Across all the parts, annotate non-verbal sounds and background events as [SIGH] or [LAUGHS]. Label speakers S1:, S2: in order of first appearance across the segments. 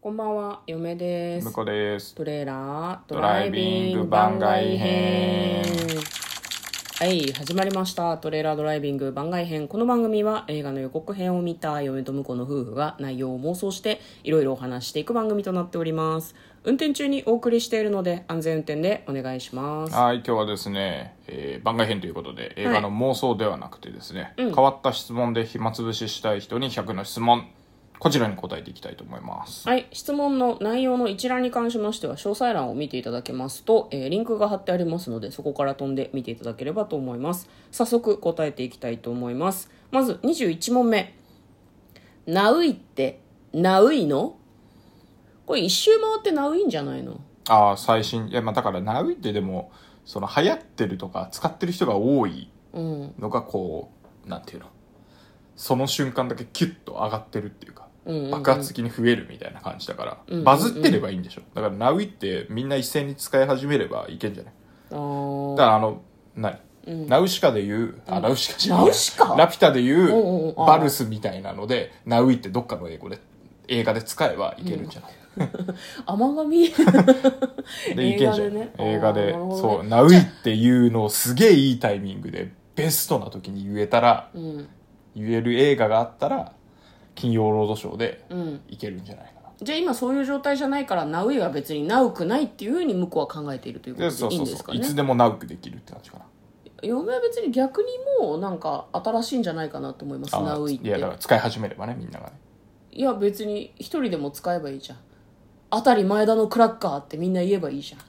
S1: こんばんは、嫁です
S2: 向。こうです。
S1: トレーラード
S2: ドライビング番外編
S1: はい、始まりました。トレーラードライビング番外編。この番組は映画の予告編を見た嫁と婿の夫婦が内容を妄想していろいろお話していく番組となっております。運転中にお送りしているので安全運転でお願いします。
S2: はい、今日はですね、えー番外編ということで、映画の妄想ではなくてですね、変わった質問で暇つぶししたい人に100の質問、こちらに答えていきたいと思います。
S1: はい、質問の内容の一覧に関しましては詳細欄を見ていただけますと、えーリンクが貼ってありますのでそこから飛んで見ていただければと思います早速答えていきたいと思いますまず21問目「ナウイってナウイの?」これ一周回ってナウイんじゃないの
S2: ああ、最新、いや、まあだから、ナウイってでも、その流行ってるとか、使ってる人が多い
S1: うん
S2: のが、こう、なんていうの、その瞬間だけキュッと上がってるっていうか、
S1: うんうんうん
S2: 爆発的に増えるみたいな感じだから、
S1: んうん
S2: バズってればいいんでしょ。だから、ナウイってみんな一斉に使い始めればいけんじゃない
S1: あー
S2: だからあの何、ナウシカでいうあナウシカじゃない
S1: ナウシカ
S2: ラピュタでい
S1: んうんう
S2: うん
S1: あー
S2: バルスみたいなのでナウイってどっかの英語で映画で使えばいけるんじゃない、
S1: 甘神
S2: でいけんじゃん
S1: 映
S2: 映
S1: 画
S2: 画
S1: でね
S2: で
S1: あーなるほどね
S2: そうナウイっていうのをすげえいいタイミングでベストな時に言えたら
S1: うん
S2: 言える映画があったら金曜ロードショーで
S1: うん
S2: いけるんじゃないかな、
S1: [LAUGHS] じゃあ今そういう状態じゃないからナウイは別にナウくないっていうふうに向こうは考えているというこ
S2: で
S1: と
S2: そう
S1: でいい
S2: そ
S1: ん
S2: う
S1: です
S2: そ
S1: か
S2: う、
S1: ね
S2: いつでもナウくできるって感じかな
S1: 嫁は別に逆にもうなんか新しいんじゃないかなと思います
S2: あー
S1: ナウイってい
S2: やだから使い始めればねみんながね
S1: や別に一人でも使えばいいじゃんあたり前田のクラッカーってみんな言えばいいじゃん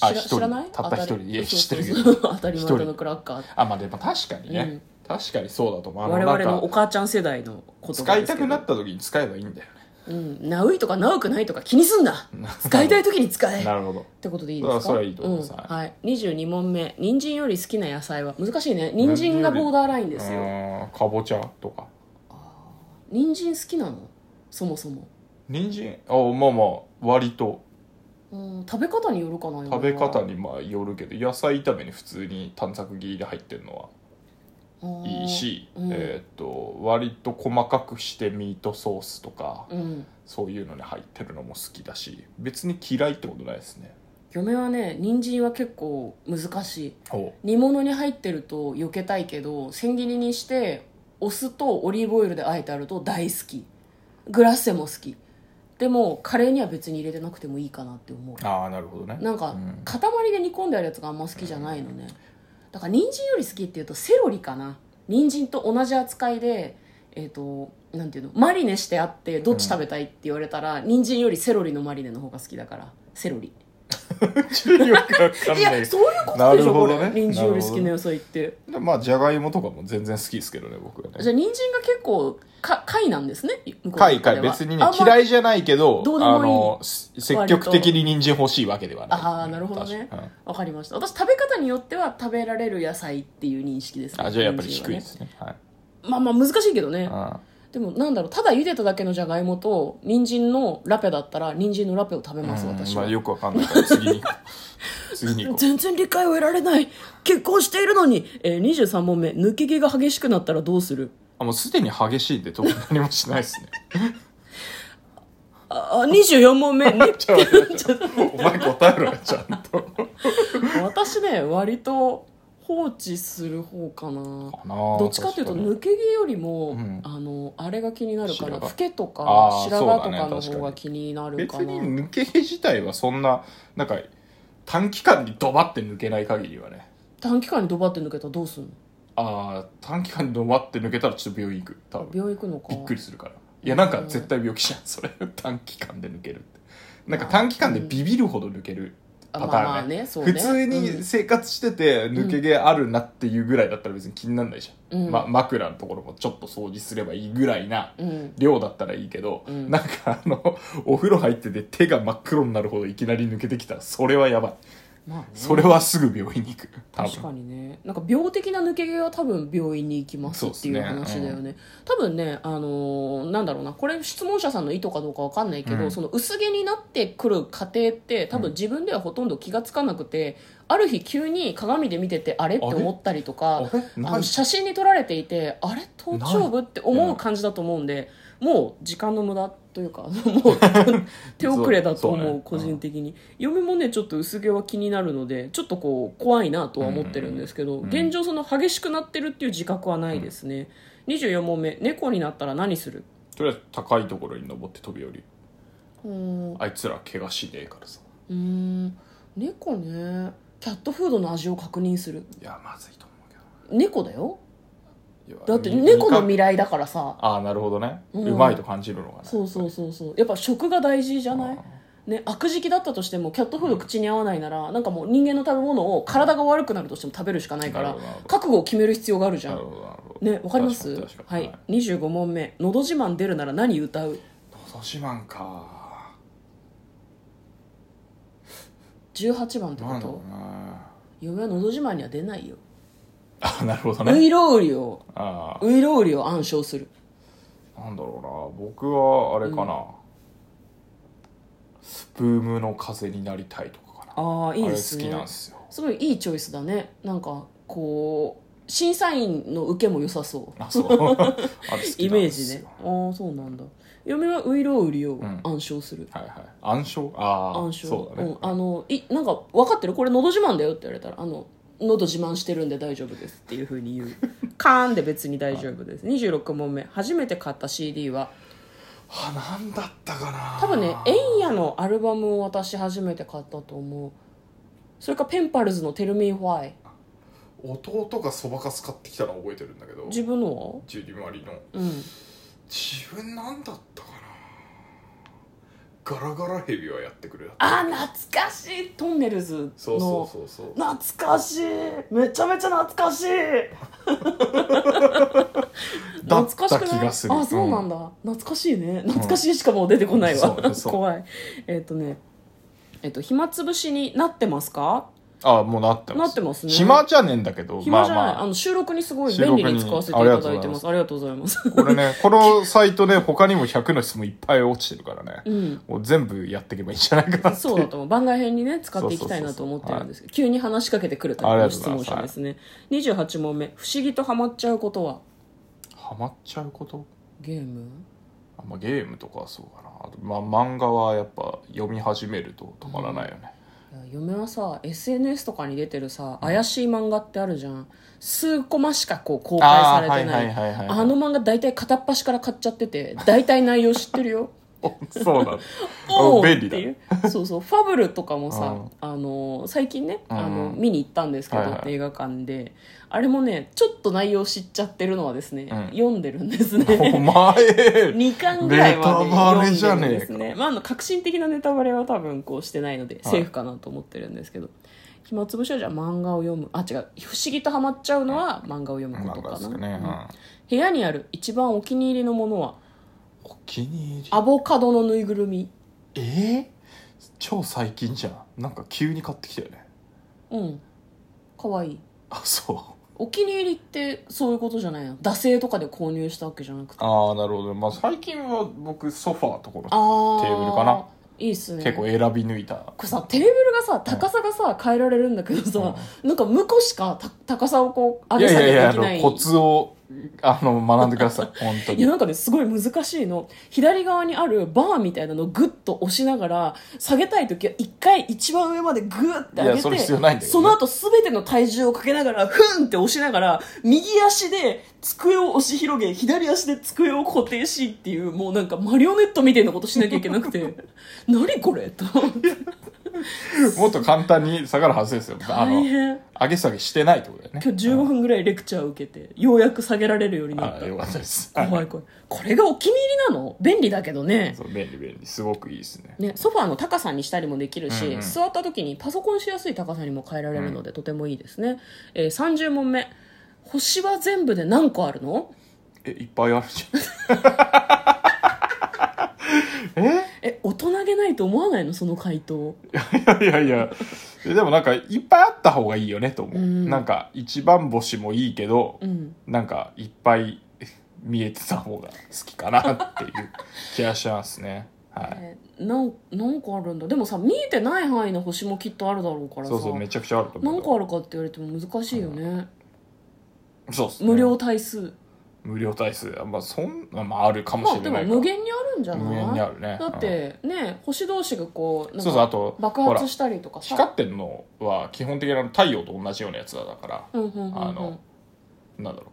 S2: あ
S1: 知ら
S2: 一人
S1: 知らない
S2: たった一人
S1: あり
S2: いや
S1: そうそう
S2: 知ってるけ
S1: そ [LAUGHS]
S2: ど
S1: うあたり前田のクラッカーって
S2: あまあでも確かにね、確かにそうだと思うあの
S1: 我々
S2: なん
S1: の
S2: か
S1: お母ちゃん世代の言葉ですけど
S2: 使いたくなった時に使えばいいんだよ
S1: うんナウイとかナウくないとか気にすんな使いたい時に使え
S2: ねなるほど
S1: ってことでいいですか
S2: それはいいと思います
S1: うん
S2: はい
S1: はい、22問目人参より好きな野菜は難しいね人参がボーダーラインです
S2: う
S1: よ
S2: ーんかぼちゃとか
S1: 人参好きなのそもそも
S2: 人参あまあまあ割と
S1: うん食べ方によるかな
S2: 食べ方
S1: に
S2: にまあよるけど野菜炒めに普通に短冊切りで入ってるのはいいし、
S1: うん
S2: えーっと割と細かくしてミートソースとか、
S1: うん
S2: そういうのに入ってるのも好きだし別に嫌いってことないですね
S1: 嫁はね人参は結構難しい
S2: お
S1: 煮物に入ってると避けたいけど千切りにしてお酢とオリーブオイルで和えてあると大好きグラッセも好きでもカレーには別に入れてなくてもいいかなって思う
S2: ああなるほどね
S1: なん
S2: [LAUGHS]
S1: か
S2: うん
S1: 塊で煮込んであるやつがあんま好きじゃないのねだから人参より好きっていうとセロリかな人参と同じ扱いでえっ、となんていうのマリネしてあってどっち食べたいって言われたら、人参よりセロリのマリネの方が好きだからセロリ
S2: よくわかん
S1: い
S2: ない
S1: やそういうことでしょ、
S2: なるほ
S1: こ
S2: どね
S1: れ人参より好きな野菜って
S2: でまあじゃがいもとかも全然好きですけどね僕は
S1: じゃ
S2: ね
S1: あ人参が結構か貝なんですね向こうの
S2: 貝
S1: 中で
S2: 貝
S1: は
S2: 別にね
S1: あんま
S2: 嫌いじゃないけど
S1: どうでもいい
S2: あのす積極的に人参欲しいわけではない
S1: ああなるほどね
S2: 確かにうん
S1: わかりました私食べ方によっては食べられる野菜っていう認識ですね
S2: あじゃあやっぱり
S1: 人参
S2: 低い
S1: は
S2: で
S1: ね
S2: すねはい
S1: まあまあ難しいけどね、
S2: あ
S1: でもなんだろうただ茹でただけのじゃがいもと人参のラペだったら人参のラペを食べます私
S2: ま
S1: は、
S2: あよくわかんないから次に行こう次に行こ
S1: 全然理解を得られない結婚しているのに、えー、23問目抜け毛が激しくなったらどうする
S2: うあもうすでに激しいんで特に何もしないですね
S1: ああ24問
S2: [LAUGHS]
S1: 目、ね、
S2: ちょっと待ってちょっとお前答えろよちゃんと
S1: 私ね割と放置する方かなど
S2: ど
S1: っちかというと抜け毛よりも、
S2: ん
S1: あのあれが気になるか
S2: 白
S1: な
S2: 髪
S1: 老けとか
S2: あー
S1: 白髪と
S2: そうだ
S1: か
S2: ね
S1: の
S2: 確
S1: 方
S2: か
S1: が
S2: に
S1: 気になる
S2: 別
S1: かな
S2: に抜け毛自体はそんななんか短期間にドバって抜けない限りはね
S1: 短期間にドバって抜けたらどうすんの
S2: ああ短期間にドバって抜けたらちょっと病院行く多分
S1: 病院行くのか
S2: びっくりするからいやなんか絶対病気じゃんそれ短期間で抜けるってなんか短期間でビビるほど抜ける
S1: あ
S2: パ
S1: ま
S2: タ
S1: あま
S2: ー
S1: あ
S2: ンね,、
S1: ねそうね
S2: 普通
S1: う
S2: に
S1: ん
S2: 生活してて抜け毛あるなっていうぐらいだったら別に気にならないじゃん、
S1: うん
S2: ま、枕のところもちょっと掃除すればいいぐらいな
S1: うん
S2: 量だったらいいけど、
S1: ん
S2: なんかあの [LAUGHS] お風呂入ってて手が真っ黒になるほどいきなり抜けてきたらそれはやばい
S1: まあね
S2: それはすぐ病院に行く多分
S1: 確かにねなんか病的な抜け毛は多分病院に行きますっていう
S2: そうっ
S1: 話
S2: すね
S1: だよね多分ねあのーなんだろうなこれ質問者さんの意図かどうかわかんないけど、
S2: うん
S1: その薄毛になってくる過程って多分自分ではほとんど気がつかなくて、ある日急に鏡で見ててあれって
S2: あれ
S1: 思ったりとか
S2: あれ
S1: あ
S2: な
S1: の
S2: い
S1: 写真に撮られていてあれ頭頂部って思う感じだと思うんでもう時間の無駄というか [LAUGHS] もう手遅れだと思
S2: そう
S1: う
S2: ね
S1: 個人的に、嫁もねちょっと薄毛は気になるのでちょっとこう怖いなとは思ってるんですけど、
S2: ん
S1: 現状その激しくなってるっていう自覚はないですね、24問目猫になったら何する
S2: とりあえず高いところに登って飛び降りる
S1: うーんう
S2: あいつら怪我しねえからさ
S1: ーん猫ねキャットフードの味を確認する
S2: いやまずいと思うけ
S1: 猫だよ
S2: どいや
S1: だって
S2: み
S1: 猫の
S2: み
S1: 未来だからさ
S2: かああなるほどね、
S1: う
S2: うんまいと感じるのがね
S1: そうそうそうそうやっぱ食が大事じゃないね、悪食だったとしてもキャットフード口に合わないなら、なんかもう人間の食べ物を体が悪くなるとしても食べるしかないから
S2: なるほどなるほど
S1: 覚悟を決める必要があるじゃ
S2: なる
S1: ん
S2: ほどなるほど
S1: ねわかります
S2: 確に確か
S1: は
S2: に
S1: い、25問目「のど自慢出るなら何歌う?
S2: のど自慢か」
S1: 18番ってこ
S2: なんだろ
S1: と
S2: うな
S1: 嫁は「のど自慢」には出ないよ
S2: あ
S1: [LAUGHS]
S2: なるほど
S1: う
S2: ね
S1: いろうりを
S2: あ
S1: ういろうりを暗唱する
S2: あなんだろうな僕はあれかな、ブームの風になりたいとかかな
S1: ああいいです
S2: あれ好きなん
S1: ね
S2: ですよ
S1: すごいいいチョイスだねなんかこう審査員の受けも良さそう
S2: あそう
S1: [LAUGHS]
S2: あれ好き
S1: イ
S2: なん
S1: メー
S2: で
S1: ジ
S2: すよ
S1: ねああそうなんだ嫁はういろうりを
S2: ん
S1: 暗唱する、
S2: はいはい暗証ああ
S1: 暗唱
S2: そうだね、
S1: ん、あのいなんか分かってるこれ「のど自慢だよ」って言われたら「あの喉自慢してるんで大丈夫です」っていうふうに言
S2: [LAUGHS]
S1: うカーンで別に大丈夫です、26問目初めて買った CD は
S2: あなんだったかな
S1: 多分ね「えんや」のアルバムを私初めて買ったと思うそれかペンパルズの「Tell Me Why
S2: 弟がそばかす買ってきたのは覚えてるんだけど」
S1: 自分のは
S2: ジュリマリの
S1: うん
S2: 自分なんだったかなガラガラヘビはやってくれだった
S1: あー懐かしいトンネルズ
S2: そう
S1: の
S2: そうそうそう
S1: 懐かしいめちゃめちゃ懐かしい
S2: [LAUGHS] だっ
S1: 懐か
S2: た
S1: しく
S2: 気
S1: ない
S2: がする
S1: あそうなんだ、懐かしいね懐かしいしかもう出てこないわ、
S2: そうそう
S1: 怖いえっ、とねえっ、と暇つぶしになってますか
S2: あもうなってます
S1: なってますね
S2: 暇じゃねえんだけど
S1: 暇じゃない、
S2: ま
S1: あ
S2: あま
S1: の収録にすごい便利に使わせていただいてますありがとうございます
S2: あこれねこのサイトね他にも100の質問いっぱい落ちてるからね、 [LAUGHS]
S1: うん
S2: もう全部やっていけばいいんじゃないかなって
S1: そうだと思う番外編にね使っていきたいなと思ってるんですけど急に話しかけてくると
S2: あ
S1: い
S2: り
S1: う
S2: がとうご
S1: 質
S2: ざ
S1: 問
S2: います
S1: 者ですね28問目不思議とハマっちゃうことは
S2: ハマっちゃうこと
S1: ゲーム
S2: あまあゲームとかはそうかなあと、まあ、漫画はやっぱ読み始めると止まらないよね、
S1: いや嫁はさ SNS とかに出てるさ怪しい漫画ってあるじゃん数コマしかこう公開されてな
S2: あーはいはいはいはい
S1: いあの漫画大体片っ端から買っちゃってて大体内容知ってる
S2: [LAUGHS]
S1: よ
S2: [LAUGHS] そうだ
S1: おー
S2: 便利だ
S1: っていうそうそうファブルとかもさ
S2: うん
S1: あのー最近ね
S2: うん
S1: あの見に行ったんですけど、
S2: はいはい
S1: 映画館であれもねちょっと内容知っちゃってるのはですね、
S2: うん
S1: 読んでるん
S2: [LAUGHS]
S1: です
S2: お
S1: ね
S2: 前
S1: 2巻ぐらいまで
S2: ネタバレじ
S1: 読
S2: ゃ
S1: んで
S2: ね
S1: るんで
S2: えか
S1: すねまあ、あの革新的なネタバレは多分こうしてないので、セーフかなと思ってるんですけど暇つぶしはじゃあ漫画を読むあ違う不思議とハマっちゃうのは漫画を読むこ
S2: な
S1: と
S2: んか
S1: か
S2: で
S1: な、
S2: すかね、
S1: うん
S2: う
S1: 部屋にある一番お気に入りのものは
S2: ん、お気に入
S1: アボカドのぬいぐるみ
S2: りえー、超最近じゃんなんか急に買ってきたよね
S1: うんかわいい
S2: あそう
S1: お気に入りってそういうことじゃないの惰性とかで購入したわけじゃなくて
S2: ああなるほど、まあ、最近は僕ソファーとこ
S1: あ
S2: ろ
S1: ー
S2: テーブルかない
S1: いっすね
S2: 結構選び抜いた
S1: これさテーブルがさ高さがさ変えられるんだけどさ、なんか向こうしかた高さをこう
S2: い
S1: 上げ
S2: やい
S1: 下
S2: や
S1: げ
S2: いや
S1: で
S2: あ
S1: きない
S2: のコツをあの学んでく
S1: [LAUGHS]
S2: ださい本当
S1: いや
S2: に
S1: なんかねすごい難しいの左側にあるバーみたいなのをグッと押しながら下げたい時は一回一番上までグッて上
S2: い
S1: げて
S2: やそれ必要ないんだけどね
S1: その後全ての体重をかけながらフンって押しながら右足で机を押し広げ左足で机を固定しっていうもうなんかマリオネットみたいなことしなきゃいけなくて [LAUGHS] 何これと思って
S2: もっと簡単に下がるはずですよあ
S1: 大
S2: の
S1: 変
S2: 上げ下げしてないってことだよね
S1: 今日15分ぐらいレクチャーを受けてようやく下げられるようにな
S2: あ
S1: っ
S2: あよかったです
S1: た怖い怖いこれがお気に入りなの便利だけどね
S2: そう便利便利すごくいいですね
S1: ね、ソファーの高さにしたりもできるし、
S2: うんうん
S1: 座った時にパソコンしやすい高さにも変えられるので、とてもいいですね、えー、30問目星は全部で何個あるの
S2: えいっぱいあるじ
S1: え大人げないと思わないのその回答
S2: ゃん [LAUGHS] いやいやいやえでもなんかいっぱいあった方がいいよねと思う、
S1: うん
S2: なんか一番星もいいけど、
S1: うん
S2: なんかいっぱい見えてた方が好きかなっていう気がします
S1: [LAUGHS]
S2: ねはい
S1: えーなん何個あるんだでもさ見えてない範囲の星もきっとあるだろうからさ
S2: そうそうめちゃくちゃあると思う
S1: 何個あるかって言われても難しいよね、
S2: そうっすね
S1: 無料対数
S2: 無料体数あまあそんまああるかも
S1: ま
S2: し
S1: あで
S2: れ
S1: も
S2: ないか
S1: 無限にあるんじゃない
S2: 無限にあるね
S1: だってね星同士がこうなん
S2: そうそうあ
S1: か
S2: と
S1: 爆
S2: ほら
S1: 発したりとかさ
S2: 光ってんのは基本的な太陽と同じようなやつだから、
S1: うんうんうんうん
S2: あのなんだろう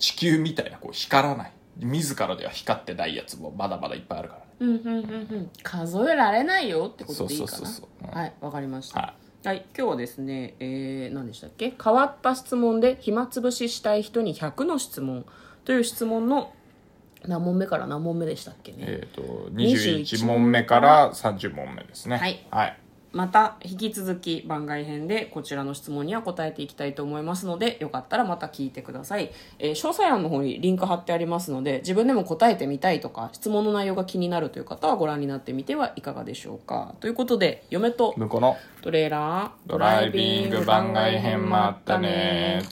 S2: 地球みたいなこう光らない自らでは光ってないやつもまだまだいっぱいあるからね
S1: うんうんうんうん数えられないよってことでいいか
S2: そうそうそうそううん
S1: なはいわかりました
S2: は
S1: はい、今日はですね、えー、何でしたっけ変わった質問で暇つぶししたい人に100の質問という質問の何問目から何問目でしたっけね、
S2: いえっ、と
S1: 21
S2: 21問目から30問目ですね
S1: はい
S2: はい、
S1: また引き続き番外編でこちらの質問には答えていきたいと思いますのでよかったらまた聞いてください、えー詳細欄の方にリンク貼ってありますので自分でも答えてみたいとか質問の内容が気になるという方はご覧になってみてはいかがでしょうかということで嫁と
S2: 向こうの
S1: トレーラー
S2: ドライビング番外編もあったね